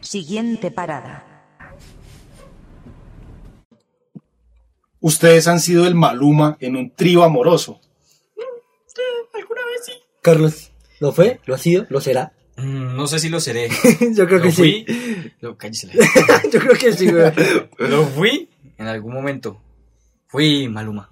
Siguiente parada. Ustedes han sido el Maluma en un trío amoroso. ¿Alguna vez sí? Carlos, ¿lo fue? ¿Lo ha sido? ¿Lo será? Mm, no sé si lo seré. Yo creo lo que fui. sí. Lo, cállese la- Yo creo que sí, güey. lo fui en algún momento. Fui Maluma.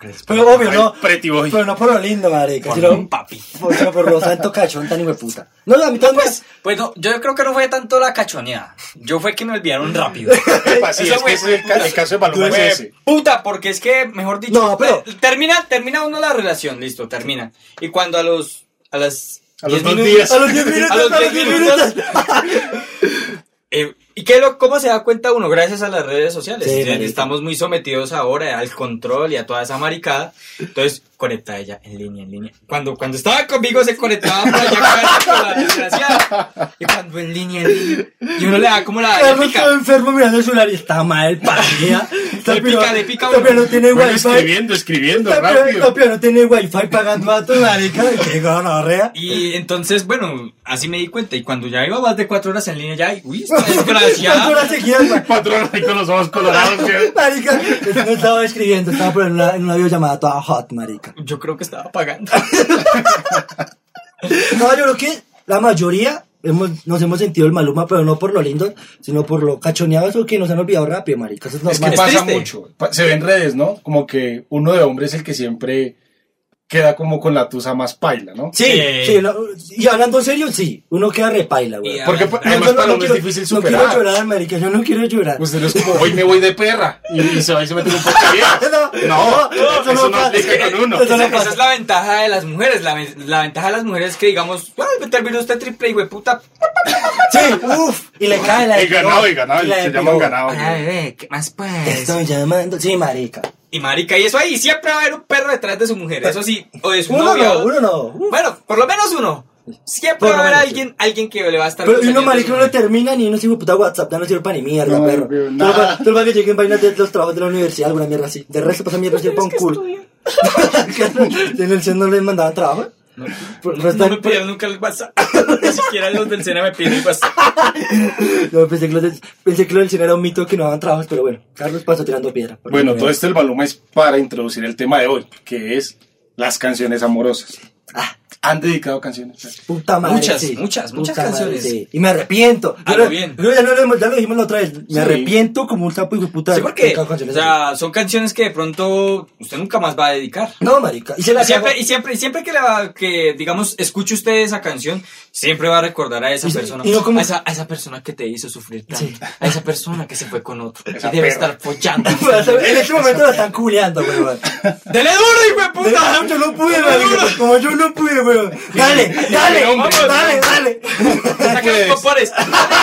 Gracias por- Pero obvio, no. Ay, Pretty boy. Pero no por lo lindo, marica. por Sino un papi. por, sino por lo santo cachón tan hijo de puta. No, no, a mí también. Pues, pues no, yo creo que no fue tanto la cachoneada. Yo fue que me olvidaron rápido. Epa, sí, Eso es fue- que ese es el, ca- el caso de Maluma Fue es ese. Puta, porque es que, mejor dicho, No, pero- eh, termina, termina uno la relación, listo, termina. Y cuando a los a las A los 10 dos minutos- días. A los 10 minutos, a los 10 minutos. eh, ¿Y qué lo, cómo se da cuenta uno? Gracias a las redes sociales. Sí, Eh, marica. Estamos muy sometidos ahora al control y a toda esa maricada. Entonces, conecta a ella en línea, en línea. Cuando, cuando estaba conmigo se conectaba por allá con la- con la desgraciada. Y cuando en línea, en línea. Y uno le da como la... la Carlos pica. está enfermo mirando el celular y está mal, paría. Le pica, le pica Todavía uno. no tiene Bueno, wifi. escribiendo, escribiendo, Todavía rápido. todavía no tiene wifi pagando a tu marica. Qué gonorrea. Y entonces, bueno, así me di cuenta. Y cuando ya iba más de cuatro horas en línea, ya, y, uy, esta desgraciada. horas seguidas, güey. Patrón ahí con los ojos colorados. ¿sí? Marica, no estaba escribiendo, estaba por en una, en una videollamada toda hot, marica. Yo creo que estaba pagando. No, yo creo que la mayoría hemos, nos hemos sentido el maluma, pero no por lo lindo, sino por lo cachoneados o que nos han olvidado rápido, marica. Eso es Es que normal. es pasa triste. mucho. Pa- Se ve en redes, ¿no? Como que uno de hombres es el que siempre queda como con la tusa más paila, ¿no? Sí, sí, no, y hablando en serio, sí, uno queda repaila, güey. Y Porque Además, además para uno es quiero- difícil no quiero superar. llorar, marica, yo no quiero llorar. Usted no es como, hoy me voy de perra. Y, y se va y se mete en un poco de vieja. No, eso no pasa. aplica con uno. Eso Esa, no esa pasa. es la ventaja de las mujeres. La, ven- la ventaja de las mujeres es que, digamos, ay, terminó usted triple y puta. Sí, uff, y le cae la El ganado, el ganado, y la se de llama pegó. ganado. Hola, bebé, ¿qué más Te pues? estoy llamando, sí, marica. Y marica, y eso ahí, siempre va a haber un perro detrás de su mujer. Eso sí, o de su Uno novia. no, o- uno no. Bueno, por lo menos uno. Siempre Por va a lo haber menos, alguien, alguien que le va a estar... Pero y uno consentiendo a su marica uno mujer. termina ni uno se puta WhatsApp, ya no sirve para ni mierda, No, perro. no, Solo nada. pa- Solo para que lleguen vainas de los trabajos de la universidad, alguna mierda así. De resto pasa mierda siempre para un culo. ¿En el CEN no les mandaban trabajo? Por- No restan- me pidieron nunca el WhatsApp. Ni siquiera los del Sena me piden el WhatsApp. no, pensé que, los del- pensé que lo del CEN era un mito que no daban trabajos, pero bueno, Carlos pasó tirando piedra. Bueno, todo esto del Baluma es para introducir el tema de hoy, que es las canciones amorosas. Ah, Han dedicado canciones. Puta madre. Muchas, sí. muchas, muchas Puta canciones. madre, sí. Y me arrepiento. A Yo lo no- bien. yo ya, lo, ya lo dijimos la otra vez. Me Sí. arrepiento como un sapo y puta. Sí, de porque dedicar canciones o sea, son canciones que de pronto usted nunca más va a dedicar. así. No, marica. Y se Y la siempre, cago. y siempre, y siempre que, la, que, digamos, escuche usted esa canción, siempre va a recordar a esa Y- persona. y no como- a, esa, a esa persona que te hizo sufrir tanto. Sí. A esa persona que se fue con otro. Y Esa debe perra. estar follando. en este momento la están culeando, weón. ¡Dele duro, hijo de De- puta! Yo no pude, marica. Como yo no pude, weón. Dale, dale, hombre. dale, dale. ¡Saca los Pues. popores!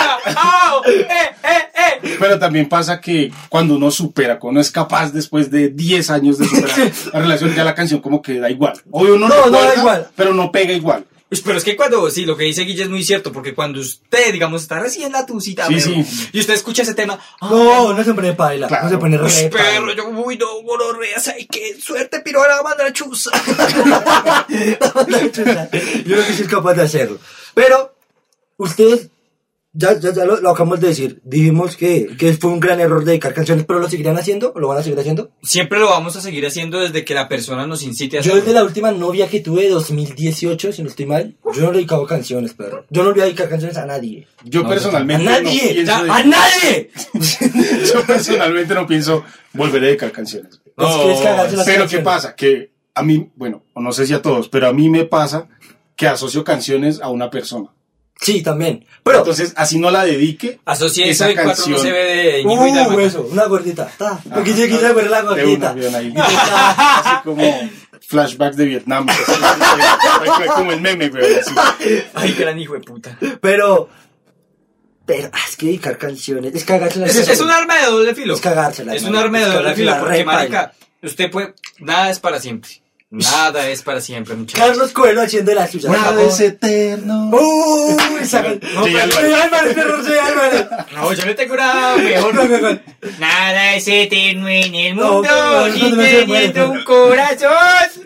¡Ah! ¡Eh, eh, eh! Pero también pasa que cuando uno supera, cuando uno es capaz después de 10 años de superar la relación, ya la canción como que da igual. Obvio uno No, no da recuerda, igual. pero no pega igual. Pues, pero es que cuando, sí, lo que dice Guille es muy cierto, porque cuando usted, digamos, está recién la tucita, Sí, weón, sí. y usted escucha ese tema, ¡ah, No, no se pone paila. Claro. No se pone Uy, re perro, paila. yo, uy, no, gonorreas, ay, qué suerte, piro, ahora manda la chuza. Yo creo que sí es capaz de hacerlo. Pero, ustedes, ya, ya, ya lo, lo acabamos de decir, dijimos que, que fue un gran error dedicar canciones, pero ¿lo seguirán haciendo? ¿O lo van a seguir haciendo? Siempre lo vamos a seguir haciendo desde que la persona nos incite a Yo hacerlo. desde la última novia que tuve de 2018, si no estoy mal, yo no le dedicaba canciones, perro. Yo no le voy a dedicar canciones a nadie. Yo No, ¡A personalmente no nadie! pienso, ¡A nadie! yo personalmente no pienso volver a dedicar canciones. Es que es cagarse las Pero ¿qué canciones. pasa? Que a mí, bueno, no sé si a todos, pero a mí me pasa que asocio canciones a una persona. Sí, también. Pero, Ah, Entonces, así no la dedique, Asocie esa esa cuatro no canción. se ve de Íñigo y uh, Dálmata. eso, una gordita. Ta, porque yo quise ver la Ah, de una, gordita. bien ahí. Ta. Así como flashbacks de Vietnam. pues, así, güey. Fue como el meme, güey. así. Ay, gran hijo de puta. Pero, pero, ah, es que dedicar canciones, es cagarse las Es, es un arma de doble filo. Es cagársela, Es man. un arma de Es doble filo, cagársela, porque, re marica, usted puede... Nada es para siempre. Nada es para siempre, muchachos. Carlos Coelho haciendo la suya. eterno. Uh, sacan. No, Jay pero- Álvarez. Jay Álvarez, perro, Jay Álvarez. No, yo no te curaba mejor. No, no, no. Nada es eterno en el No, mundo, no, no, ni no, no, no, teniendo no, no. un corazón.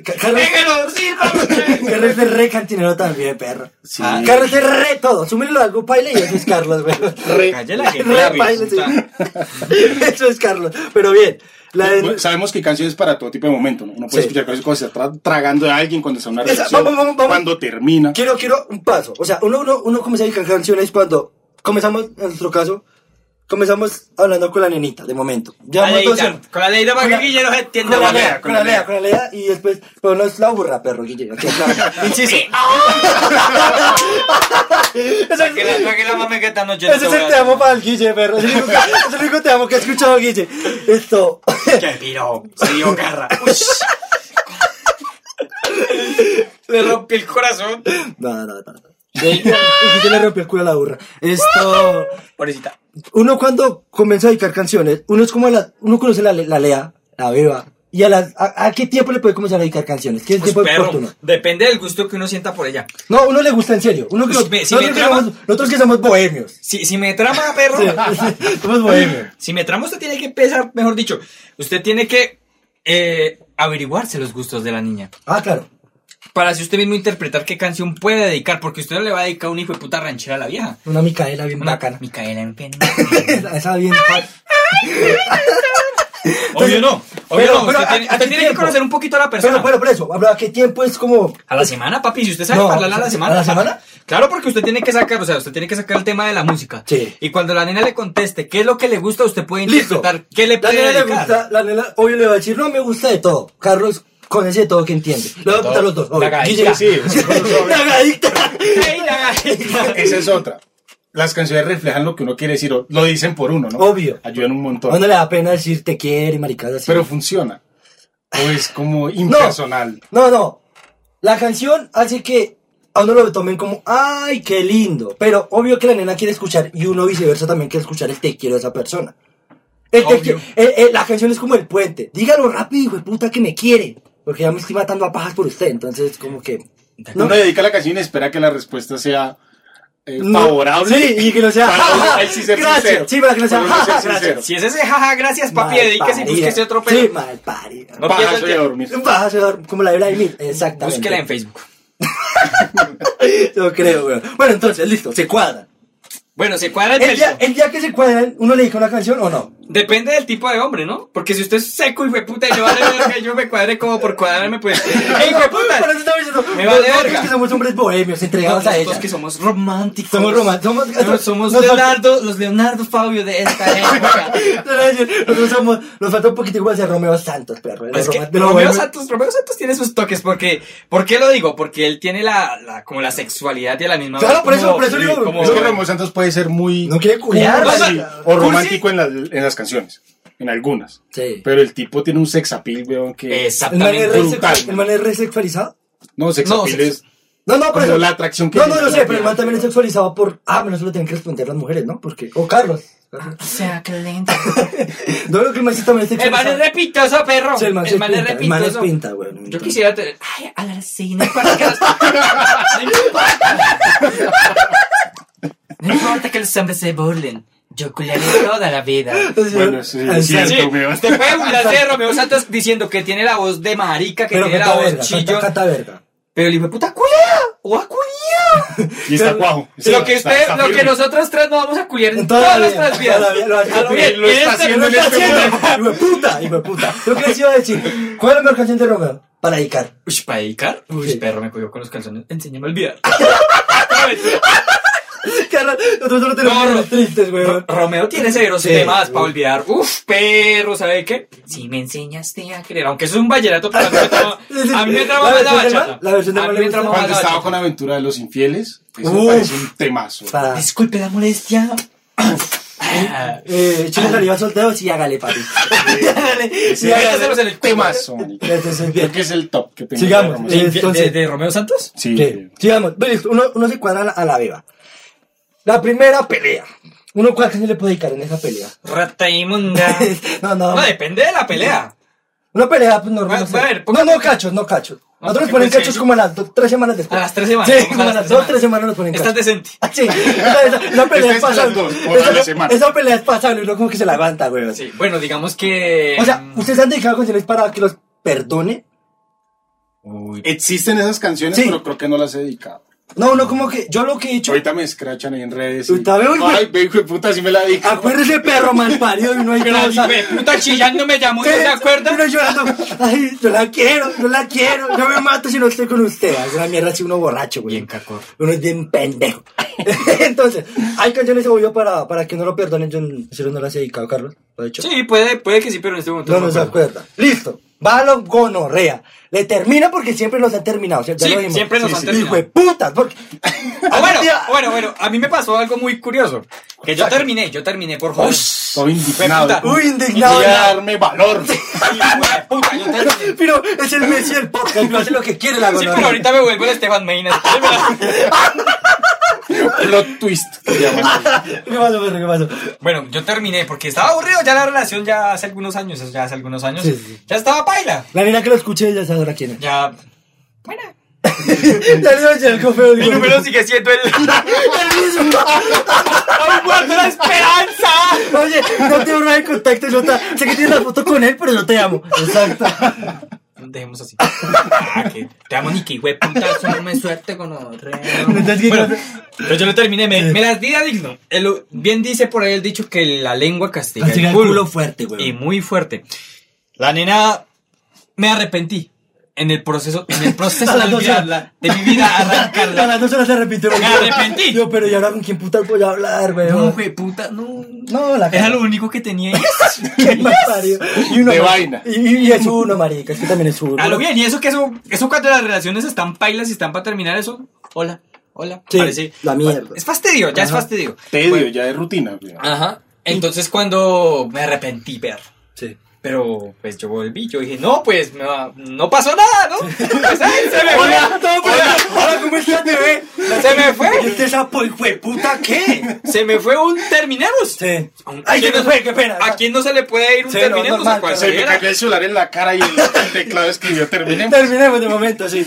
Ca- Carlos- Déjalo, sirva. Carlos es re cantinero también, perro. Sí. Ah, Carlos es re todo. Súmelo algo, paile y eso es Carlos, güey. Calla la gente, Re güey, paile, sí. puta. Eso es Carlos. Pero bien, la Bueno, de. Sabemos que canciones para todo tipo de momento, ¿no? Uno puede Sí. escuchar canciones cuando se está tragando a alguien, cuando está en una Esa- relación, vamos, vamos, vamos. cuando termina. Quiero, quiero un paso. O sea, uno, uno, uno comienza a dedicar canciones cuando comenzamos, en nuestro caso, comenzamos hablando con la nenita, de momento. Con la Llevamos dos Leida, semanas. con la Leida para que Con la- Guille nos entienda Con la mejor. lea, con la lea, con la lea, y después, pero no es la burra, perro, Guille. ok, claro. Inciso. Eso Para que la- para que la mame que esta noche no Ese es voy a el te hacer. amo para el Guille, perro. Es el único, es el único te amo que he escuchado, Guille. Esto. Qué piro, se dio garra. Le rompí el corazón. No, no, no. no. El Guille le rompió el culo a la burra. Esto. Pobrecita. Uno cuando comienza a dedicar canciones, uno es como la. Uno conoce la, la lea, la beba. ¿Y a, las a, a qué tiempo le puede comenzar a dedicar canciones? ¿Qué es Pues tiempo perro, oportuno? depende del gusto que uno sienta por ella. No, uno le gusta en serio. Uno que, Pues me- si nosotros, me que trama- somos, nosotros que somos bohemios. Si, si me trama, perro, somos bohemios. si me trama, usted tiene que empezar, mejor dicho, usted tiene que eh, averiguarse los gustos de la niña. Ah, claro. Para así usted mismo interpretar qué canción puede dedicar, porque usted no le va a dedicar un hijo de puta ranchera a la vieja. Una Micaela bien Una Pues, bacana. Micaela en pena. Esa bien. Obvio no. Obvio Pero- no. pero usted ¿a- tiene, a qué usted tiene que tiempo? conocer un poquito a la persona. Pero, pero, por eso, ¿a qué tiempo es como A la semana, papi, si usted sabe No, hablar a o la sea, semana. ¿a la semana? Claro, porque usted tiene que sacar, o sea, usted tiene que sacar el tema de la música. Sí. Y cuando la nena le conteste qué es lo que le gusta, usted puede Listo. interpretar qué le la puede nena le dedicar. gusta, la nena, obvio le va a decir, no me gusta de todo. Carlos, con ese de todo que entiende. Le va a gustar los dos. obvio. Lagadicta. Guille- Sí, sí, obvio. Lagadicta. Ay, la- Esa es otra. Las canciones reflejan lo que uno quiere decir, o lo dicen por uno, ¿no? Obvio. Ayudan un A uno montón. le da pena decir te quiere, maricadas así. Pero funciona. O es como impersonal. No, no. La canción hace que a uno lo tomen como, ay, qué lindo. Pero obvio que la nena quiere escuchar y uno viceversa también quiere escuchar el te quiero de esa persona. El te Obvio. qui- el- el- la canción es como el puente. Dígalo rápido, hijo de puta, que me quiere. Porque ya me estoy matando a pajas por usted. Entonces, como que. Uno dedica la canción y espera que la respuesta sea eh, No. favorable. Sí, y que no sea, Para "Ja, uno- ja, ahí sí ser gracias". sincero. Sí, para que no sea, uno "Ja, ja, sincero. gracias". Si es ese jaja, gracias, papi, dedíquese y Malparido. búsquese otro Sí, pedo. mal parido. No Baja, pierda el soy a tiempo. dormir. Baja, señor, como la de Vladimir. Exactamente. Búsquela en Facebook. No creo, weón. Bueno, entonces, listo, se cuadran. Bueno, se cuadra el El día, pelito. el día que se cuadran, ¿uno le dedica una canción o no? Depende del tipo de hombre, ¿no? Porque si usted es seco y fue puta y me vale verga, yo me cuadré como por cuadrarme, pues. ¡Ey, fue Por puta! eso estaba diciendo, Me vale nosotros verga. que somos hombres bohemios, entregados a Nosotros ella. que somos románticos. Somos románticos. Somos, somos Nosotros- Leonardo, los Leonardo Fabio de esta época. Nosotros somos, nos falta un poquitico para ser Romeo Santos, perro. Es Pues que Roma- de lo Romeo bohemio. Santos, Romeo Santos tiene sus toques porque, ¿por qué lo digo? Porque él tiene la, la como la sexualidad y a la misma Claro, por eso- como- por eso digo, como- Es que Romeo Santos puede ser muy No quiere culiar, cursi ¿no? o romántico en las, en las canciones, en algunas. Sí. Pero el tipo tiene un sex appeal, weón, que ¿El man es Exactamente. re brutal. sexu- el man es re sexualizado? no sex No, appeal sex- es No, Pues no, pero Como la atracción que No, tiene no, lo la sé, pero el tía. man también es sexualizado por. Ah, pero eso lo tienen que responder las mujeres, ¿no? Porque. O Carlos. O sea, qué lento. No, lo que el man sí también es El man sexualizado. es repitoso, perro. Sí, el man, sí man es pinta, el man es repitoso. pinta, güey. Yo quisiera tener. Ay, a la cena para que. No importa que los hombres se burlen. Yo culiaré toda la vida. Bueno, sí, es Sí, cierto, Sí, weón. te puede burlar de Romeo Santos diciendo que tiene la voz de marica, que Pero tiene cata la voz verga, cata, chillón. cata verga. Pero el hijo de puta culia, o a culia. Y está Pero- cuajo. lo que usted, Está- está lo que firme. nosotros tres no vamos a culiar en En todas toda la nuestras vida, vidas. toda la vida, lo hace. A lo bien, Lo está y este- haciendo en este lo haciendo. momento. Hijo de puta, hijo de puta. Lo que les iba a decir. ¿Cuál es la mejor canción de Romeo? Para dedicar. Uy, para dedicar. Uy, Sí. perro, me cogió con los calzones. Enséñame a olvidar. Carlos, Nosotros solo tenemos No, canciones Ro- tristes, güey. Ro- Romeo tiene severos Sí, temas sí. para olvidar. Uf, perro, ¿sabe qué? Si me enseñaste a querer. Aunque eso es un vallenato, pero a mí me trama- a mí me trama La más la versión de Ma- bachata. la versión de A mí Ma me le trama gusta. más Cuando la estaba bachata. con Aventura de los Infieles, eso Uf. parece un temazo. Para. Disculpe la molestia. Eh, Chile saliva solteros y hágale, papi. Hágale. Ese- y hágale. déjaselos en el culo. temazo, marica. Este es el Creo bien. que es el top que tengo. Sigamos. de Romeo Eh, Santos. Entonces- ¿De, de Romeo Santos? Sí. Sí. Sigamos. Ve, listo, Uno, uno se cuadra a la, a la beba. La primera pelea. ¿Uno cuál canción le puede dedicar en esa pelea? Rata inmunda. no, no. No, depende de la pelea. Una pelea pues, normal. Bueno, no sé. a ver, no, ponga- no, cachos, no cachos. Nosotros nos porque ponen pues, cachos sí. como a las do- tres semanas después. A las tres semanas, Sí, vamos, como a las dos, tres semanas nos ponen Estás cachos. decente. Ah, Sí, esa, esa- esa pelea Esta es es a las pasable. dos, por la Esa- semana. Esa pelea es pasable, uno como que se la aguanta, güey. Sí, bueno, digamos que. O sea, mm, ¿ustedes han dedicado canciones para que los perdone? uy, Existen esas canciones, Sí. pero creo que no las he dedicado. No, no, como que yo lo que he hecho. Ahorita me escrachan ahí en redes. y- Puta, veo, Ah, güey. Ay, ve, hijo de puta, si me la dedico. Acuérdese, perro mal parido, y no hay Pero cosa. hijo de puta chillando me llamó, ¿no Sí, se acuerda? Uno llorando. Ay, yo la quiero, yo la quiero. Yo me mato si no estoy con usted. Es una mierda así, uno borracho, güey. Bien cacor. Uno es bien pendejo. Entonces, hay canciones obvio para, para que no lo perdonen. Yo en serio no las he dedicado, Carlos. Lo he hecho. Sí, puede, puede que sí, pero en este momento No nos acuerdo. acuerda. Listo. Va a lo gonorrea. Le termina porque siempre nos han terminado. ¿cierto? Sí, Ya lo vimos. siempre nos han Hijo de terminado. putas. Porque... Ah, bueno, Algún día- bueno, bueno, a mí me pasó algo muy curioso. Que yo terminé, yo terminé por joder. Estoy indignado. Puta. Uy, Voy indignado. a darme valor. Hijo de puta, yo terminé. Sí, Pero es el Messi del podcast. No hace lo que quiere la gonorrea. pero ahorita me vuelvo el Esteban Medina. Plot twist. que Ah, llaman. ¿Qué pasó, perro? ¿Qué pasó? Bueno, yo terminé porque estaba aburrido ya la relación ya hace algunos años, ya hace algunos años. Sí, sí. Ya estaba paila. La nena que lo escuché ya sabrá quién es. Ya. Bueno. Ya le iba a echar el cofre del Mi gordo. número sigue siendo el. El mismo. ¡Aún guardo la esperanza! Oye, no tengo nada de contacto, yo ta- sé que tienes la foto con él, pero yo te amo. Exacto. Dejemos así. Ah, que te amo ni que güey, puta, solo me suerte con otro. Entonces, ¿qué Bueno, cosa? pero yo lo terminé, me, me las di a digno. El- bien dice por ahí el dicho que la lengua castiga, Castiga el el culo. culo fuerte, güey. Y muy fuerte. La nena, me arrepentí. En el proceso, en el proceso A de las doce. olvidarla, de mi vida A arrancarla. las dos horas se arrepintió. Me arrepentí. Yo, pero ¿y ahora con quién putas voy a hablar, No, weón? güey, puta, no. No, la Era cara. lo único que tenía. Qué mal parido. Y uno De más. vaina. Y, y- y es uno, marica, es que también es uno. A lo bien, y eso que eso, eso cuando las relaciones están pailas y están para terminar eso, hola, hola, Sí, parece- la mierda. Es fastidio, ya es Ajá. fastidio. Tedio, ya de rutina. güey. Ajá. Entonces cuando me arrepentí, ver. Sí. Pero pues yo volví, yo dije, no, pues me va- no pasó nada, ¿no? Pues, ay, se me Hola, fue. todo por acá. Hola, ¿cómo estás, bebé? Se me ¿Y fue. este sapo, hijo de puta, qué? Se me fue un terminemos. Sí. ¿A un- Ay, quién se me no- fue, qué pena. ¿A quién no se le puede ir un Sí, no, terminemos? normal, a Se me cualquiera. cayó el celular en la cara y el teclado escribió terminé. Terminemos de momento, sí.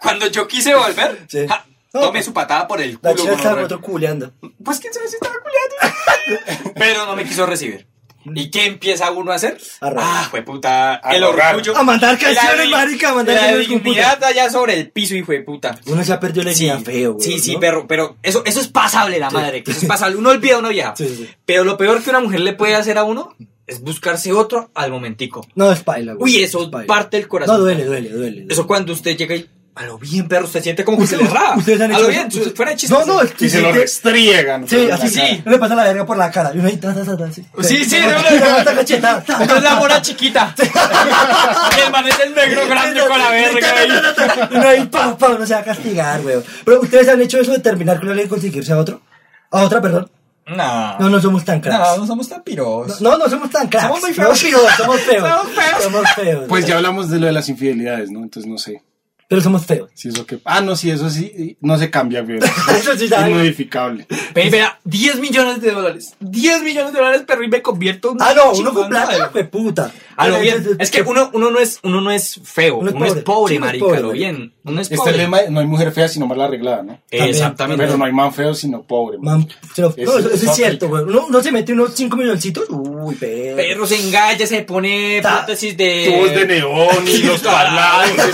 Cuando yo quise volver, Sí. ja, No. pues, tomé su patada por el La culo. chica está gonorrea. con otro culeando. Pues quién sabe si estaba culiando. Pero no me quiso recibir. ¿Y qué empieza uno a hacer? A robar. ah, fue puta. A El robar. orgullo. A mandar canciones, di- marica, a mandar la canciones con dignidad allá sobre el piso, hijo de puta. Uno se ha perdido la Sí, idea feo, güey. sí, sí, ¿no? pero, pero eso, eso es pasable, la madre. que eso es pasable. Uno olvida a una vieja. Sí, sí. Pero lo peor que una mujer le puede hacer a uno es buscarse otro al momentico. No, es paila, güey. Uy, eso Es paila. parte el corazón. No, duele, duele, duele. duele. Eso cuando usted llega y. A lo bien, perro, usted siente como que se le raba. Ustedes han A hecho lo eso. bien, Ustedes- fuera de chiste. No, no, es Y se lo restriegan. Sí, así Sí. sí. No le pasa la verga por la cara. Y uno ahí, ta, ta, ta, ta, sí. Sí, sí, no, no, no, no, no. cachetada. ta, ta, Entonces la mora chiquita. Y el man es el negro grande con la verga ahí. ta, ta, ta, ta. Y uno ahí, pa, pa, no se va a castigar, güey. Pero ustedes han hecho eso de terminar con alguien y conseguirse a otro. A otra, perdón. No. No, no somos tan cracks. somos tan piros. No, no somos tan cracks. Somos muy No, feos. sí, no, somos feos. Somos feos. Somos feos. Pues ya hablamos de lo de las infidelidades, ¿no? Entonces no sé. Pero somos feos. Si eso que. Ah, no, sí, eso sí. No se cambia, güey. Eso sí, ya. Inmodificable. Ve, vea, 10 millones de dólares. 10 millones de dólares, pero y me convierto en un Ah, no, uno chingón, con plata, madre. güey, Ah, puta. A lo bien. Entonces, Es que uno, uno, no, es, uno no es feo, uno es pobre, Sí, uno es marica, pobre, a lo marica. bien. Uno es Este pobre. lema de no hay mujer fea sino mal arreglada, ¿no? También. Exactamente. Pero no hay man feo sino pobre. man. Man, se lo- no, Eso- eso, eso eso es cierto, güey. Uno, uno se mete unos 5 milloncitos. Uy, perro. Perro se engaña, se pone Ta- prótesis de. Tubos de neón y los este. parlantes.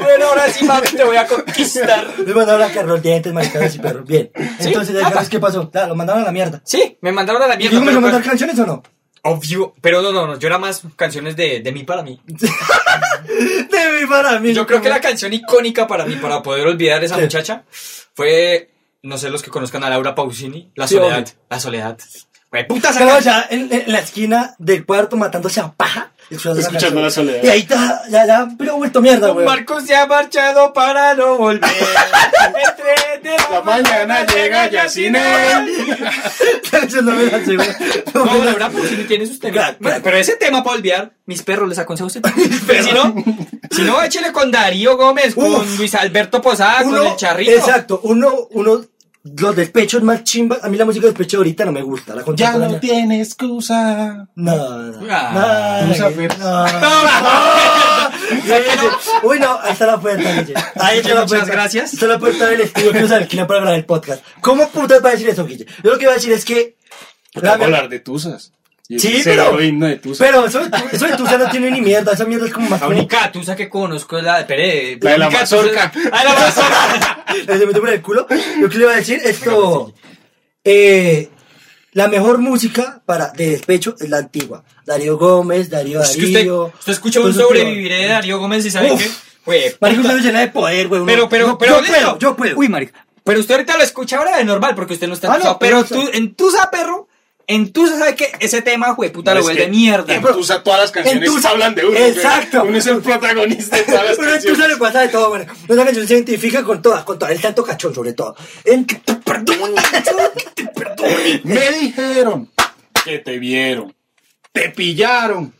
Bueno, ahora sí, mami, te voy a conquistar. Le mandaron a Carlos Dientes, maricadas y perro. Bien. Entonces, apa. ¿sabes qué pasó? Ya, lo mandaron a la mierda. Sí, me mandaron a la ¿Y mierda. digo, me lo pero pues- mandar canciones o no? Obvio, pero no, no, no, yo era más canciones de, de mí para mí. De mí para mí. Yo creo que la canción icónica para mí, para poder olvidar esa Sí. muchacha, fue, no sé, los que conozcan a Laura Pausini, La Sí, Soledad, obvio. La Soledad. Güey, puta esa Estaba canción. ya en, en la esquina del cuarto matándose a paja. Escuchando, la Escuchando canción. la soledad. Y ahí está, ya, ya, pero vuelto mierda, güey. Marcos se ha marchado para no volver. El tren de La mañana llega ya sin él. Eso no me la sé, güey. No, me la- Laura Pausini tiene sus temas. Crack, crack. Pero ese tema para olvidar, mis perros les aconsejo ese tema. Pero si no, si no, échele con Darío Gómez, con Uf. Luis Alberto Posada, con el Ah, Charrito. Exacto, uno, uno los despechos más chimba. A mí la música de despecho ahorita no me gusta. La Ya contemporánea. no tiene excusa. No, no. Ah, no, tú Guille, sabes. no. Guille, Uy, no, ahí está la puerta, Guille. Ahí está la Muchas puerta. gracias. Está la puerta del estudio que nos alquila para grabar el podcast. ¿Cómo putas va a decir eso, Guille? Yo lo que iba a decir es que. Porque vamos a hablar de tusas. Y Sí, ese pero. era el himno de tusas. Pero eso, eso de Tusa no tiene ni mierda. Esa mierda es como más. La única tusa que conozco es la de Pérez. La de la única mazorca. tusa- Ah, la mazorca. Se metió por el culo. Lo que le iba a decir, pues, esto. Eh, la mejor música para de despecho es la antigua. Darío Gómez, Darío Es que usted, Darío. usted escucha un todo eso, pero- sobreviviré de Darío Gómez y sabe Uf. qué. Güey, Marica, usted no llena de poder, güey. uno- pero, pero, yo- pero. Yo listo. puedo, yo puedo. Uy, marica. Pero usted ahorita lo escucha ahora de normal porque usted no está en Ah, no, tusa. pero pero tú, en tusa, perro, en tusa, ¿sabe qué? Ese tema, güey, puta, No, lo es vuelve que mierda. En tusa todas las canciones En Tusa. hablan de uno. Exacto. güey. Uno es el protagonista de todas las Pero en Tusa canciones. le pasa de todo, bueno. Esa canción se identifica con todas, con todas. El tanto cachón, sobre todo. En que te perdone, que te perdone. Me dijeron que te vieron. Te pillaron.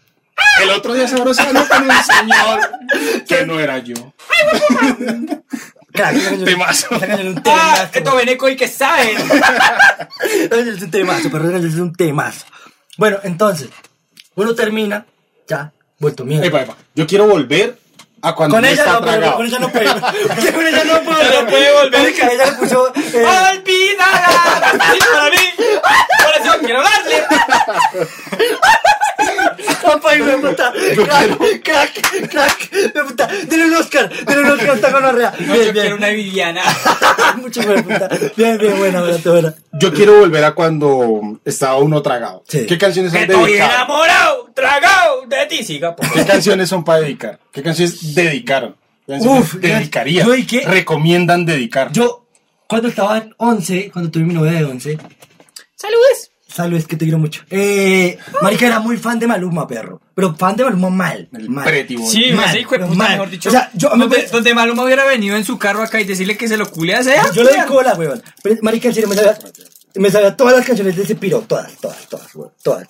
El otro día se abrazó con un señor que no era yo. Crack, esa canción- Temazo. esa canción es un Ah, temazo. que tomen eco y que saben. Eh. es un temazo, pero es un temazo. Bueno, entonces, uno termina, ya, vuelto Eh, mierda. Epa, epa, Yo quiero volver a cuando Con uno ella, está no, pero, tragado. con ella no puede. Con ella no puede. Ya no puede volver. Ah. Marica, ella le puso. eh, ¡Olvídala! Sí, para mí. Por eso quiero darle. Papá y me puta. Crack, crack, crack. Me puta. Dele un Oscar. Dele un Oscar. Está con la rea. No, yo quiero una Viviana. Mucho me puta. Bien, bien, buena, buena, buena. Yo quiero volver a cuando estaba uno tragado. Sí. ¿Qué canciones Que han estoy dedicado? enamorado, tragado de ti. Siga, por ¿Qué favor. canciones son para dedicar? ¿Qué canciones dedicaron? ¿Qué canciones Uf, dedicarían. yo y qué- Recomiendan dedicar. Yo, cuando estaba en 11, cuando tuve mi novia de 11, Saludes. Saludos, que te quiero mucho. Eh, marica era muy fan de Maluma, perro. Pero fan de Maluma mal. El mal. Pretty Boy. Sí, Mal, me hijo de pero puta, mal. mejor dicho. O sea, yo- donde, me- donde Maluma hubiera venido en su carro acá y decirle que se lo culea sea. Yo le doy cola, weón. Pero, marica, en serio, me sabía, me sabía todas las canciones de ese piro. Todas, todas, todas, weón. Todas.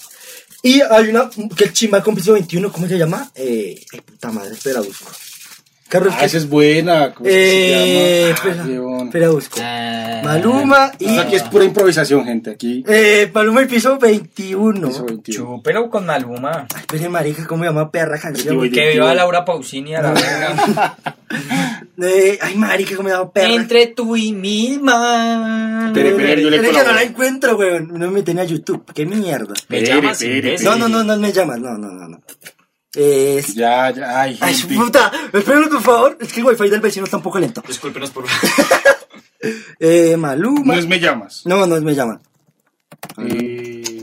Y hay una que el chimba con piso 21, ¿cómo se llama? Eh, ay, puta madre, espera, busco. Carlos, Ah, esa es buena. ¿Cómo es Eh, que se llama? espera, Ah, huevón. espera, busco. Ah. Maluma y... Esto aquí es pura improvisación, gente. Aquí. Eh, Maluma y piso 21. Piso 21. Chúpelo con Maluma. Ay, espere, marica, ¿cómo se llama perra canción? Pretty Boy. Que viva Laura Pausini a la verga. Eh, ay, marica, ¿cómo se llama perra? Entre tú y mi man. Tere, Pere, yo le Es que no colaboro. la encuentro, weón. No me tenía YouTube. ¿Qué mierda? Me llamas Pere, pere, imbécil. No, no, no, no me llamas. No, no, no, no. Es... Ya, ya. Ay, Ay, gente. puta. Espérame, por favor. Es que el wifi del vecino está un poco lento. Discúlpenos por Eh, No Maluma. es me llamas. No, no, me llaman. Eh,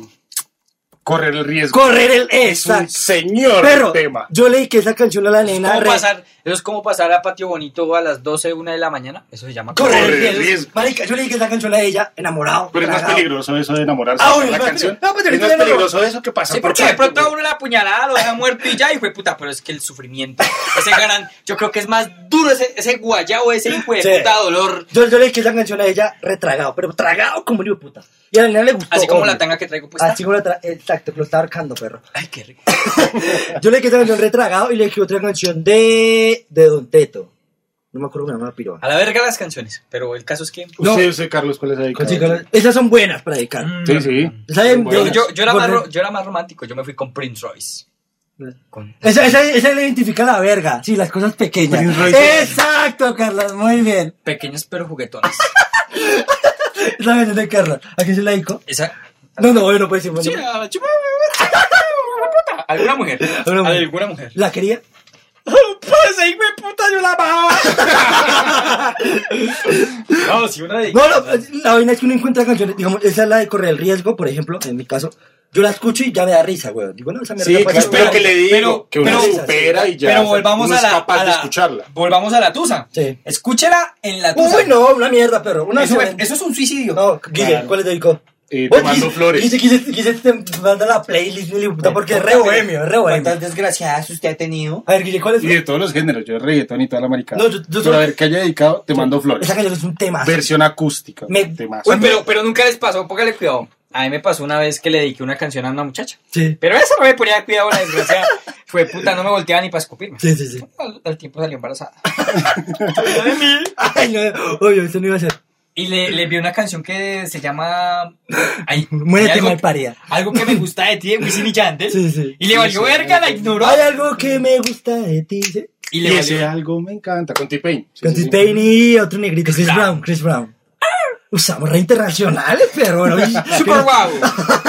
correr el riesgo. Correr el... es un Exacto. señor Pero tema. yo leí que esa canción a la nena... ¿Cómo re- pasar, eso es como pasar a Patio Bonito a las 12, 1 de la mañana. Eso se llama Correr Correr el el riesgo. riesgo. Marica, yo leí que esa canción a ella, enamorado. Pero es más tragado. peligroso eso de enamorarse. Ah, por uy, la es más canción. peli- no, es pues, ahorita más ya no. peligroso eso que pasa Sí, por porque de chat, pronto a güey. uno la apuñalada lo deja muerto y ya, hijo de puta, pero es que el sufrimiento, ese gran, yo creo que es más duro ese, ese guayao, ese hijo de Sí. puta dolor, Yo, yo leí que esa canción a ella retragado, pero tragado como un hijo de puta. Y a la nena le gustó. así como obvio. la tanga que traigo puesta. Así como la tra- Exacto, que lo está arcando, perro. Ay, qué rico. Yo le dije esta canción retragado y le dije otra canción de, de Don Teto. No me acuerdo cómo se llama la A pirona. la verga las canciones, pero el caso es que... No. Usted, usted, Carlos, ¿cuál es la Con dedicada? chicas- Esas son buenas para dedicar. Mm, Sí, sí. ¿Saben? Yo, Bueno, yo, yo era Por- más ro- yo era más romántico, yo me fui con Prince Royce. Con- Esa, esa, esa le identifica la verga. Sí, las cosas pequeñas. Prince Royce. Exacto, Carlos. Muy bien. Pequeños pero juguetones. Esa canción de Carlos. ¿A quién se la dedicó? Esa... No, no, bueno, pues sí. bueno. Sí, ah, a la chupa- Alguna mujer. Una mujer. Alguna mujer. ¿La quería? Pues ahí, güey, puta, yo la amaba. no, si una de. No, no, la vaina es que uno encuentra canciones, digamos, esa es la de correr el riesgo, por ejemplo, en mi caso, yo la escucho y ya me da risa, weón. Digo, no, esa mierda Sí, pasa claro, por pero ahí. que le digo Pero- que uno pero- supera y ya. Pero o sea, volvamos uno a la. es capaz a de la- escucharla. Volvamos a la Tusa. Sí. Escúchela en la Tusa. Uy, no, una mierda, pero una eso, sola- es- eso es un suicidio. No, Guille, Claro. ¿cuál le dedicó? Eh, te mando flores. Quise, quise, quise te manda la playlist, mi puta, porque es re bohemio, es re bohemio. desgraciadas usted ha tenido? A ver, Guille, ¿cuál es? Y de todos los géneros, yo reggaetón y toda la maricada. No, yo- yo Pero solo- a ver, que haya dedicado, te mando flores. Esa canción es un tema. Versión acústica. Me- Temazo. Uy, pero, pero nunca les pasó, póngale cuidado. A mí me pasó una vez que le dediqué una canción a una muchacha. Sí, Pero esa no me ponía cuidado, la desgraciada. Fue puta, no me volteaba ni para escupirme. sí, sí. sí. Al, al tiempo salió embarazada. Chupó de mí. Ay, no, obvio, eso no iba a ser. Y le, le vi una canción que se llama. Ay, Muérete hay algo- mal parida. Algo que me gusta de ti, de Wisin y Yandel. Sí, sí. Y le valió verga, la ignoró. Hay algo que me gusta de ti. ¿sí? Y Y le ese valió. algo me encanta, con T-Pain. Sí, Con sí, sí. Tis Payne y otro negrito, Chris Brown. Brown, Chris Brown. Usamos re internacionales, pero bueno. y- Super guau.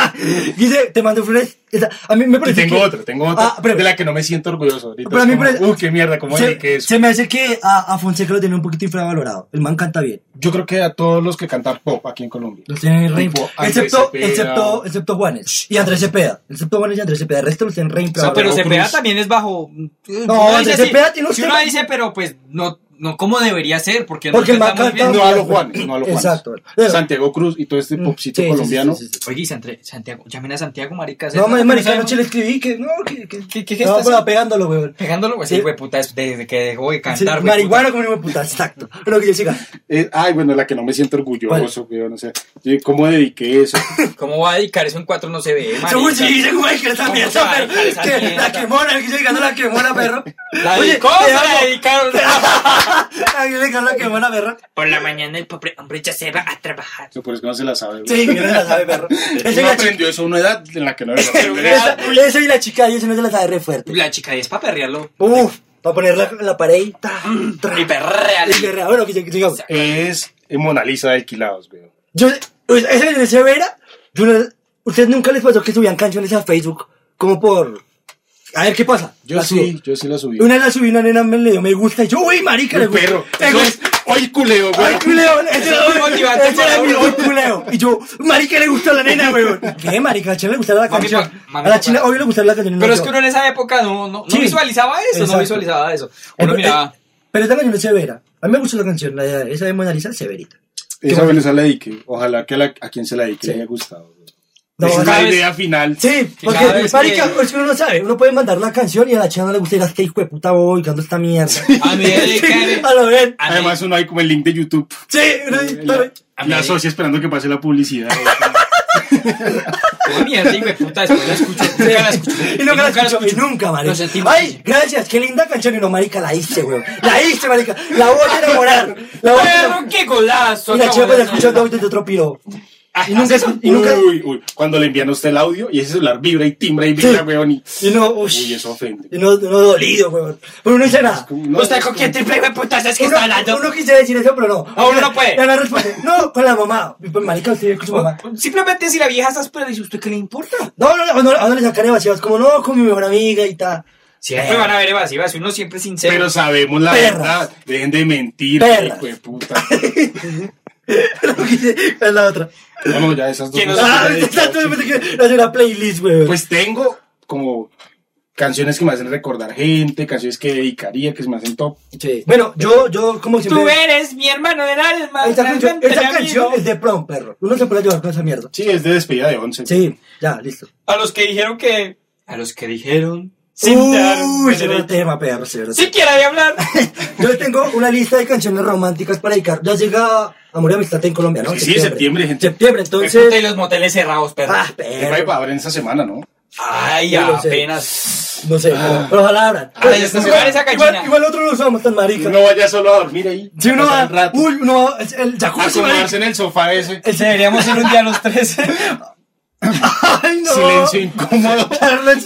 Dice, te mando flores. Esa- A mí me Y parece tengo que- otra, tengo otra. Ah, pero- de la que no me siento orgulloso ahorita. Pero a Es mí como, parece- Uy, qué mierda, cómo se, es que es. se me hace que a, a Fonseca lo tiene un poquito infravalorado. El man canta bien. Yo creo que a todos los que cantan pop aquí en Colombia. Los tienen re Tipo, Andrés excepto, Cepeda. excepto, excepto Juanes y Andrés Cepeda. Excepto Juanes y Andrés Cepeda. El resto los tienen re No, pero Santiago infravalorados. Cepeda Cruz. también es bajo. No, dice Cepeda así, tiene un Si uno tema- dice, pero pues no, no como debería ser, porque, Porque no el man canta muy canta- bien. No a los Juanes, no a los Juanes. Exacto. Pero- Mm, Santiago Cruz y todo este popcito Sí, sí, sí, colombiano. sí, sí, sí. Oye, y Santre- Santiago, llamen a Santiago, marica. No, ¿sabes? ma- marica, ¿Saben? noche le escribí que no, que. que, ¿Qué- qué- qué no, estás pero haciendo? pegándolo, weón. Pegándolo, pues sí, güey, puta, es- desde que dejó de Sí, cantar, güey. puta. marihuana como una puta, exacto. Pero que yo siga. Eh, ay, bueno, la que no me siento orgulloso, weón. O sea, yo, ¿cómo dediqué eso? ¿Cómo va a dedicar eso en cuatro? No se ve, Según marica. sí, según hay que esa ¿Cómo mierda, sabe? perro. Esa Que mierda. La quemona, que yo llegando la quemona, perro. La Oye, dedicó, te se la amo. dedicaron. La que llegando la quemona, perro. Por la mañana el pobre hombre ya se va a trabajar. Eso, Por eso no se la sabe. weón. Sí, que no se la sabe, perro. Esa y Uno la chica. aprendió eso a una edad en la que no era. esa- Esa y la chica, y eso no se la sabe re fuerte. La chica es para perrearlo. Uf, para ponerla en la pared y ta, tra, Y perrear. y perrea. Bueno, que sig- sigamos. es eh, Mona Lisa de Alquilados, weón. Yo, pues, esa que se vera, yo no- ¿ustedes nunca les pasó que subían canciones a Facebook? Como por... A ver, ¿qué pasa? Yo La sí, subo. yo sí la subí. Una la subí, una nena me le dio me gusta, y yo, uy, marica, le El gusta. perro. Le Eso gusta. es, hoy culeo, Ay, weón. culeo, ese Eso es era, motivante ese era para mi uno. hoy culeo. Y yo, marica, le gusta a la nena, weón. ¿Qué, marica? ¿A la china le gustaba la Mami, canción? pa- mami, a la papá. china hoy le gustaba la canción. no Pero es yo. que uno en esa época no, no, no Sí. visualizaba eso, Exacto. no visualizaba eso. Eh, Uno eh, miraba. Pero esta canción es severa. A mí me gusta la canción, la de- esa de Mona Lisa, severita. Esa Belisa la dediqué. Ojalá que a, la- a quien se la dedique le haya gustado. weón. No, Esa es no, la ¿sabes? idea final. Sí, Sí, porque cada vez marica, que- es que uno no sabe, uno puede mandar la canción y a la china no le gusta ir hasta hijo de puta voy, cantando esta mierda. A mí, eh, a lo ven. a mí- Además, uno hay como el link de YouTube. Sí, uno dice, dale. A mí- La asocia esperando que pase la publicidad. Como mierda, y me puta, después la escucho. Nunca la escucho. Y nunca la escucho, y nunca, Lo marica. sentimos. Ay, gracias, qué linda canción. Y no, marica, la hice, weón. La hice, marica. La voy a enamorar. La voy a Pero enamorar. qué golazo. Y la chica acabo pues de- escuchando audio de otro piro. Y nunca, y nunca, Uy, uy, cuando le envían a usted el audio y ese celular vibra y timbra y vibra, weón. Y, y no, uy, uy, eso ofende. y no, no dolido, weón. Pero uno dice nada. No, ¿Usted es con como- quién triple hijo de putas es que Uno, está hablando? uno quise decir eso, pero no. Ah, uno no puede. La nena responde, no, con la mamá. Y, pues, Marica, usted vive con su mamá. Simplemente si la vieja está esperando, dice, ¿usted qué le importa? No, no, no, no, no, no le sacaré vacíos, como no, con mi mejor amiga y tal. eh. Siempre van a haber evasivas, uno siempre es sincero. Pero sabemos la Perras. verdad. Dejen de mentir, Perras. hijo de puta. es la otra. Bueno, ya esas dos. Que nos- cosas Ah, ya he dicho. exacto, yo pensé que era una playlist, güey. Pues tengo como canciones que me hacen recordar gente, canciones que dedicaría, que me hacen top. Sí. Bueno, yo, yo, como Tú siempre. eres mi hermano del alma. Esta canción, realmente esta mi canción amigo. es de prom, perro. Uno se puede llevar con esa mierda. Sí, es de despedida de once. Sí, ya, listo. A los que dijeron que. A los que dijeron. Sin dar. Uy, ese era el tema, perro, sí, era el Siquiera de hablar. tema. Yo tengo una lista de canciones románticas para dedicar. Ya llega Amor y Amistad en Colombia, ¿no? Sí, sí, septiembre, gente. Septiembre, Puta, y entonces. los moteles cerrados, perro. Ah, Que va perro. para abrir esa semana, ¿no? Ay, yo lo sé. apenas. No sé, pero, pero ojalá abran. Ay, esta semana esa igual, gallina. igual, igual otro no usamos tan marica. No vaya solo a dormir ahí. Si uno Pasar va, un rato. uy, Eh, uno va, es el jacuzzi, Acomodarse marica. en el sofá ese. Deberíamos ir un día los tres. Ay, no. Silencio incómodo. Carlos,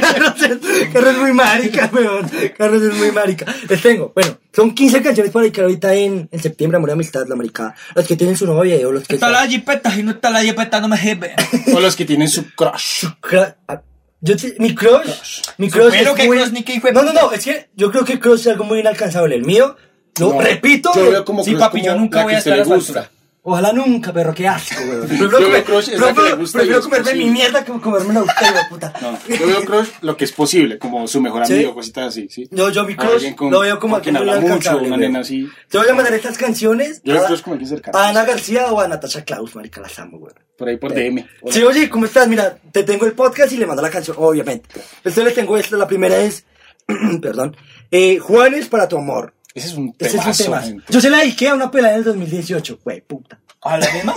Carlos, es- Carlos es muy marica, weón. Carlos es muy marica. Les tengo, bueno, son 15 canciones para dedicar ahorita en, en septiembre, Amor y Amistad, la marica. Los que tienen su novia o los que... Está la jipeta y no está la jipeta, no me jebe. O los que tienen su crush. Cra- ah, Yo te- mi crush, mi crush Pero es que muy- crush ni que hijo de No, no, no, es que yo creo que crush es algo muy inalcanzable. El mío, lo No, repito, Yo veo como Sí, crush papi, yo como nunca la voy que a usted estar le a esa gusta. Ojalá nunca, perro, qué asco, weón. Prefiero, Yo comer- veo crush, es la que prefiero- le gusta y prefiero es comerme mi posible. mierda que comerme la usted, weón, puta. No, yo veo crush lo que es posible, como su mejor Sí. amigo, cositas así, ¿sí? Yo, yo mi Alguien crush con- lo veo como con quien algo muy habla mucho, inalcanzable, una weón. nena así. Te voy a mandar estas canciones Yo veo a, crush como alguien cercano. a Ana García o a Natasha Klaus, marica, las amo, güey. Por ahí por DM. Sí, oye, ¿cómo estás? Mira, te tengo el podcast y le mando la canción, obviamente. Entonces le tengo esta, la primera es, perdón, eh, Juanes para tu amor. Ese es un Ese es un temazo, tema. gente. Yo se la dediqué a una pelada en el 2018, güey, puta. ¿A la misma?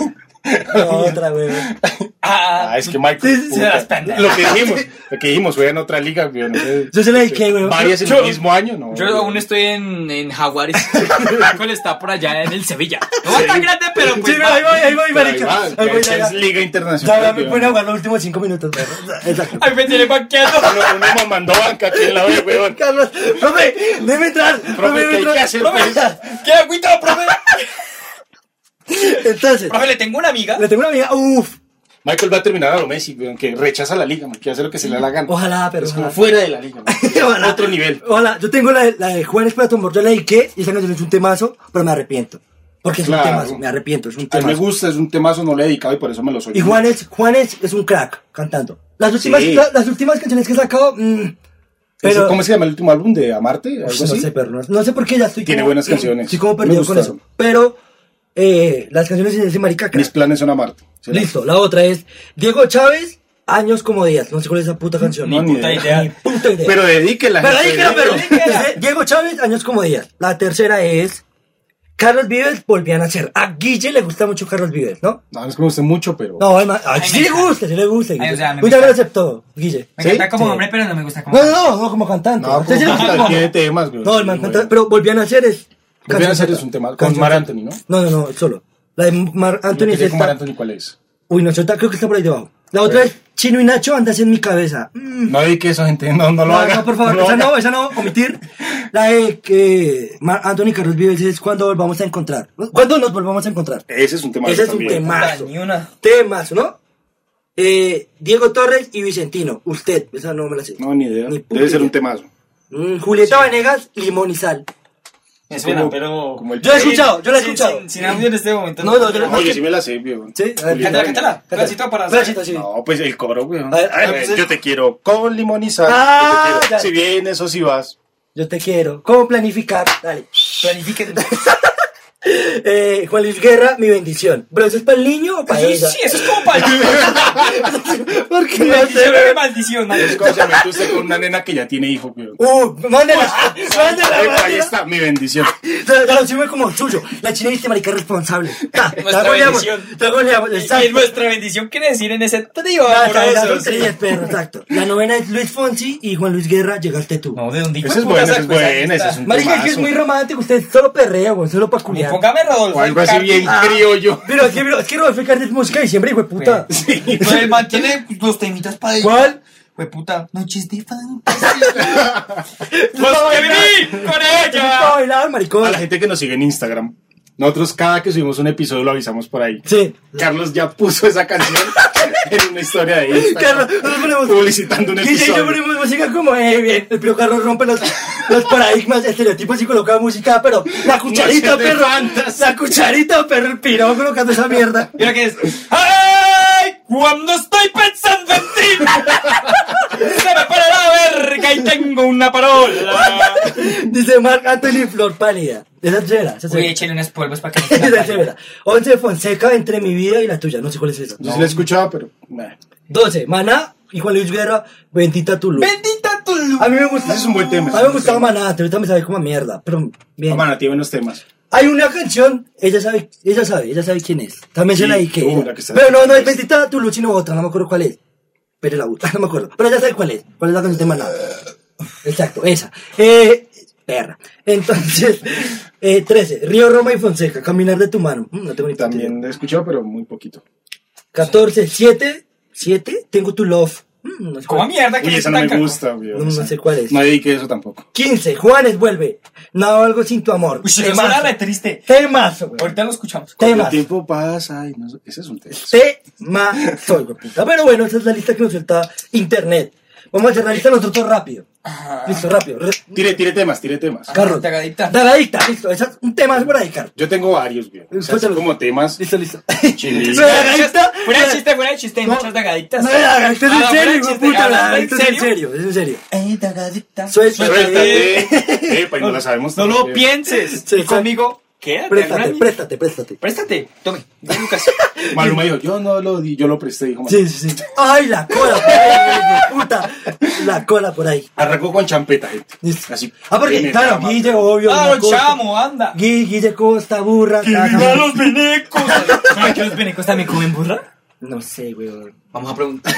La otra, güey. Ah, Ah, es que Michael. Sí, sí, puta, se las pendejas. lo que dijimos, lo que dijimos, fue en otra liga, güey. no sé. Yo se la dediqué, güey. Varias en Yo- el mismo año, ¿no? Yo aún estoy en, en Jaguares. Michael está por allá en el Sevilla. No es tan grande, pero pues. Sí, va. ahí voy, ahí voy, Pero ahí marica. va, Ahí voy, esa ya, ya. es liga Ya, ya internacional. me güey. pone a jugar los últimos cinco minutos, güey. Exacto. Ay, me tiene banqueando. Uno uno me mandó banca aquí en la B, weón. Carlos, profe, debe entrar. Profe, debe ¿qué hay que entrar. hacer, pues? ¿Qué agüita, profe? Entonces, Profe, le tengo una amiga. le tengo una amiga. Uf, Michael va a terminar a lo Messi, weón, que rechaza la liga, man, que hace lo que se le da la gana. ojalá, pero. es como ojalá. fuera de la liga, man. Ojalá. Otro nivel. Ojalá, yo tengo la, de- la de Juan Platón yo la dediqué y esa canción es un temazo, pero me arrepiento. Porque es Claro. un temazo, me arrepiento, es un A mí temazo. me gusta, es un temazo, no le he dedicado y por eso me lo soy. Y Juanes, Juanes es un crack cantando. Las últimas, Sí. la- las últimas canciones que he sacado, mm, pero ¿Cómo se llama el último álbum de Amarte? Algo Ush, no así. sé, pero no, no sé por qué ya estoy Pues Tiene como- buenas canciones. Estoy como Me perdido con gustaron. eso. Pero eh, las canciones de ese marica crack. Mis planes son Amarte. ¿será? Listo, la otra es Diego Chávez, años como días. No sé cuál es esa puta canción. No, Mm, ni puta idea. idea. Ni puta idea. Pero dedíquela. Pero gente, ahí queda, pero. dedíquela. Entonces, Diego Chávez, años como días. La tercera es. Carlos Vives volvían a ser. A Guille le gusta mucho Carlos Vives, ¿no? No, es que me gusta mucho, pero. No, además. Ay, Ay, sí me le encanta. gusta, sí le gusta. Guille. Ay, o sea, me Muchas encanta. veces aceptó, Guille. Me ¿Sí? encanta como Sí. hombre, pero no me gusta como. No, no, no, no como cantante. No, Sí, sí le como gusta. canta, tiene temas, güey. No, el man canta- Pero volvían a ser es. Volvían a ser canción es un tema con canción Mar sota. Anthony, ¿no? No, no, no, solo. La de Mar Anthony Anthony, es con Mar esta. Anthony, ¿cuál es? Uy, no, yo ta- creo que está por ahí debajo. La otra es Chino y Nacho andas en mi cabeza. Mm. No dedique eso, gente. No, no lo No, haga. no, por favor, lo esa haga. no, esa no, omitir. La de que Mar- Anthony Carlos Vives es cuando volvamos a encontrar. ¿Cuándo nos volvamos a encontrar? Ese es un tema. Ese es un también. tema. Mazo. Ah, Ni una. Temas, ¿no? Eh, Diego Torres y Vicentino, usted, esa no me la sé. No, ni idea. Ni puta Debe ser idea. un temazo. Mm, Julieta Venegas, Limón y Sal. Me Como- suena, pero. como el- Yo la he escuchado, yo la he Sin- escuchado. Sin, sin audio en este momento. No, no, yo la- Oye, sí me la sé, viejo. Sí, a ver, Julieta Cántala, cántala. Pedacito para. Pedacito, sí. No, pues el coro, güey. ver, a ver, Eh, pues, yo te quiero con limonizar. Ah, yo te quiero. ya. Si vienes o si vas. Yo te quiero. ¿Cómo planificar? Dale. Planifiquen. Eh, Juan Luis Guerra, mi bendición. ¿Pero eso es para el niño o para Eso ella? Pues Sí, eso es como para. Porque no sé, Maldición, qué maldición, Es madre. como se mete usted con una nena que ya tiene hijo, güey. Uh, mándela, Epa, mándela, Ahí mándela. está, mi bendición. La, la opción es como suyo. La china dice marica es responsable. Ta, Nuestra la goleamos. bendición. La goleamos. Y Exacto. nuestra bendición quiere decir en ese trío La, la, la, amoroso. son tres, perro, exacto. La novena es Luis Fonsi y Juan Luis Guerra, llegaste tú. No, ¿de dónde? Ese es bueno, ese es Pues ahí bueno, está. ese es un marica, es que es temazo. muy romántico. Usted solo perrea, güey, solo pa' Y culiar. Póngame Rodolfo. O algo así Carlos. bien criollo. Pero es que, pero es que Rodolfo Icardi es música de siempre, hijo de puta. Sí. Pues el man tiene los temitas para ¿Cuál? Fue puta. Noches de fantasía. Los No, que no. viví con Eso es pa' ella. bailar, maricón. A la gente que nos sigue en Instagram. Nosotros cada que subimos un episodio lo avisamos por ahí. Sí. Carlos ya puso esa canción en una historia de Instagram. Carlos, nosotros ponemos- Publicitando un Y yo episodio. ponemos música como, eh, bien. El pío Carlos rompe los, los paradigmas, estereotipos y coloca música, pero la cucharita, No se te perro. fantas. La cucharita, perro, el piro colocando esa mierda. Mira que es. ¡Ay! Cuando estoy pensando en ti. Se me para la verga y tengo una parola. Dice Marc Anthony Flor Pálida. Esa es chévera. Esa es Voy a chévera. echarle unas polvos para que me quede Esa la es chévera. pálida. 11 Fonseca entre mi vida y la tuya. No sé cuál es esa. Yo sí la escuchaba, pero. nah. 12 Maná y Juan Luis Guerra. Bendita tu luz. Bendita tu luz. A mí me gusta. Ese es un buen tema, A mí me gustaba Maná. Pero ahorita me sabe como a mierda. Pero bien. Hermano, tiene buenos temas. Hay una canción, ella sabe, ella sabe, ella sabe quién es. También se Sí, la dediqué. tú, ella. la que está- Pero no, no es bendita tu luz, sino otra, no me acuerdo cuál es. Pero la otra, no me acuerdo. Pero ella sabe cuál es. ¿Cuál es la canción de Maná? Exacto, esa. Eh, perra. Entonces, eh, 13. Río Roma y Fonseca, caminar de tu mano. Mm, No tengo ni puta idea. También la he escuchado, pero muy poquito. 14. 7. 7. Tengo tu love. Mm, no sé Como cuál- mierda que Uy, me esa no me estanca. gusta, güey. No, no esa. sé cuál es. No dediqué eso tampoco. 15. Juanes vuelve. No algo sin tu amor. Uy, se Temazo. suena re triste. Temazo, güey. Ahorita lo escuchamos. El Temazo. tiempo pasa y no sé- Ese es un tema. Temazo, hijo de puta. Pero bueno, esa es la lista que nos suelta Internet. Vamos a hacer la lista nosotros rápido. Listo, rápido. Re- Tire, tire temas, tire temas. Carlos. Tagadicta. Tagadicta, listo. Esa es un tema es por ahí, Carlos. Yo tengo varios, güey. O sea, así Suéltalo. como temas. Listo, listo. Chile. Tagadicta. Fuera de chiste, fuera de chiste, hay muchas tagaditas. No, tagadicta es Ah, en no, fuera serio, de hijo de chiste, puta. ¿hablas la- en esto es en serio? serio, es en serio. Eh, tagadicta. Suelta. Suéltate. Epa, y no la sabemos. No lo tampoco. pienses. Sí, Tú conmigo, quédate. Préstate, Hernán. préstate, préstate. Préstate. Tome. Ven, Lucas. Maluma dijo, yo no lo di, yo lo presté, dijo Maluma. Sí, sí, sí. Ay, la cola por ahí, hijo de puta. La cola por ahí. Arrancó con champeta, gente. Listo. Así. Ah, porque, Tiene claro, drama. Guille, obvio. Claro, Costa. chamo, Ah, anda. Gui- Guille Costa, burra. ¡Que Taza, viva los venecos! Ay, yo ¿Los venecos también comen burra? No sé, weón. Vamos a preguntar.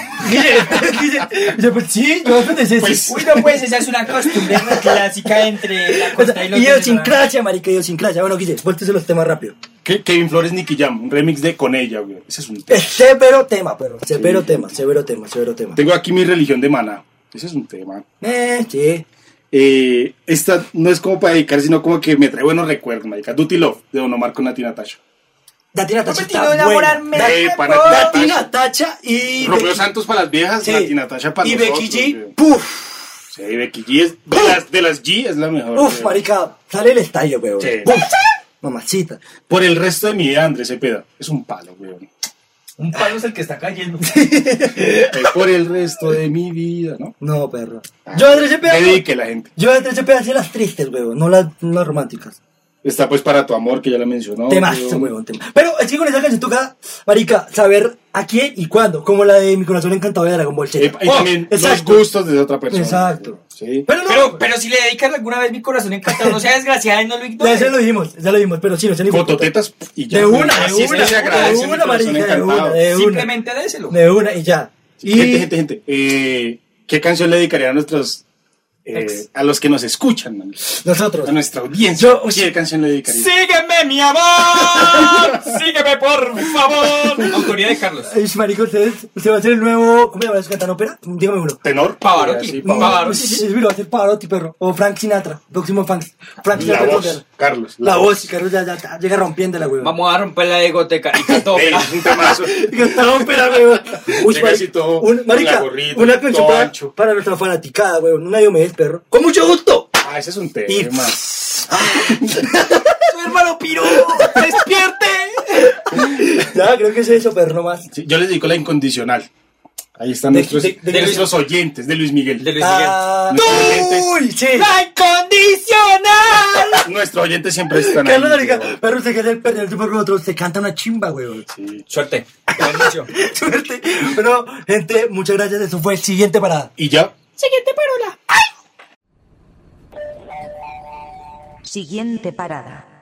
Yo, pues sí, yo pues, sí, Pues- sí. Uy, no, pues esa es una costumbre muy clásica entre la O costa sea, y los Pues, venezolanos. Idiosincrasia, marica, idiosincrasia. Bueno, Guille, vuélvese los temas rápido. Ke- Kevin Flores, Nicky Jam, un remix de Con ella, güey. Ese es un tema. Es severo tema, perro. Severo tema, severo tema, severo tema. Tengo aquí mi religión de maná. Ese es un tema. Eh, sí. Eh, esta no es como para dedicar, sino como que me trae buenos recuerdos, marica. Duty Love, de Don Omar con Natina Tacho. Datina No Tacha me está quiero buena. enamorarme. Eh, me para- voy. da- Datina Tacha y... Romeo Becky- Santos para las viejas, Sí. Natina Tacha para Y nosotros. Becky G, güey. puf, Sí, Becky G es de las, de las G es la mejor. uf, güey. marica, sale el estallo, weón. Sí. Puf, mamacita. Por el resto de mi vida, Andrés Cepeda. Es un palo, güey. Un palo es el que está cayendo. Eh, Por el resto de mi vida, ¿no? No, perro. Yo Andrés Cepeda, Ah, Dedique la gente. yo Andrés Cepeda hacía las tristes, weón, no las, no las románticas. Está pues para tu amor, que ya la mencionó. Temazo, güey. weón, temazo. Pero es que con esa canción toca, marica, saber a quién y cuándo, como la de Mi Corazón Encantado de Dragon Ball Z. Eh, Y Oh, también los exacto. gustos de otra persona. Exacto. Sí. Pero no, Pero, pero si le dedicas alguna vez mi corazón encantado, no sea desgraciada y no lo ya ignores. se lo dijimos, ya lo dijimos, pero sí, no se ni Fototetas y ya. De una, Así de es que una, se agradece de mi una, corazón marica, de encantado. una, de una. Simplemente déselo. De una y ya. Sí, Gente, gente, gente. eh, ¿Qué canción le dedicaría a nuestros. eh, Ex. a los que nos escuchan, man? Nosotros. A nuestra audiencia. Yo- ¿Qué canción le dedicaría? Sígueme, mi amor. Sígueme, por favor. Autoría de Carlos. Ay, marica, ustedes, usted va a ser el nuevo, ¿cómo se llama eso? ¿Cantan ópera? Dígame uno. Tenor. Pavarotti. Sí, No, Pavarotti. Pavarotti. sí, sí, sí, mira, va a ser Pavarotti, perro. O Frank Sinatra. Próximo Frank, Frank La Sinatra. voz. Carlos. La voz, sí, Carlos, ya, ya, ya llega rompiendo la hueva. Vamos a romper la egoteca y cantó Ey, ópera. es un temazo. Está ópera, huevón. Uy, Llega así marica, todo, un- con marica, la gorrita, una todo canción para, ancho. para nuestra fanaticada, huevón. Una yo me des, perro. ¡Con mucho gusto! Ah, ese es un tema. ¡Su hermano Piro! ¡Despierte! Ya, creo que es eso, perro, nomás. Sí, yo les dedico la incondicional. Ahí están De- nuestros, de- de- de nuestros oyentes de Luis Miguel. De Luis Ah, Miguel. ¡Uy, sí! ¡La incondicional! Nuestros oyentes siempre están Carlos, ahí. marica, güey. perro, usted que es el perro, el tipo con otro, se canta una chimba, huevón. Sí. Suerte. Buen inicio. Suerte. Bueno, gente, muchas gracias. Eso fue siguiente parada. Y ya. Siguiente parada.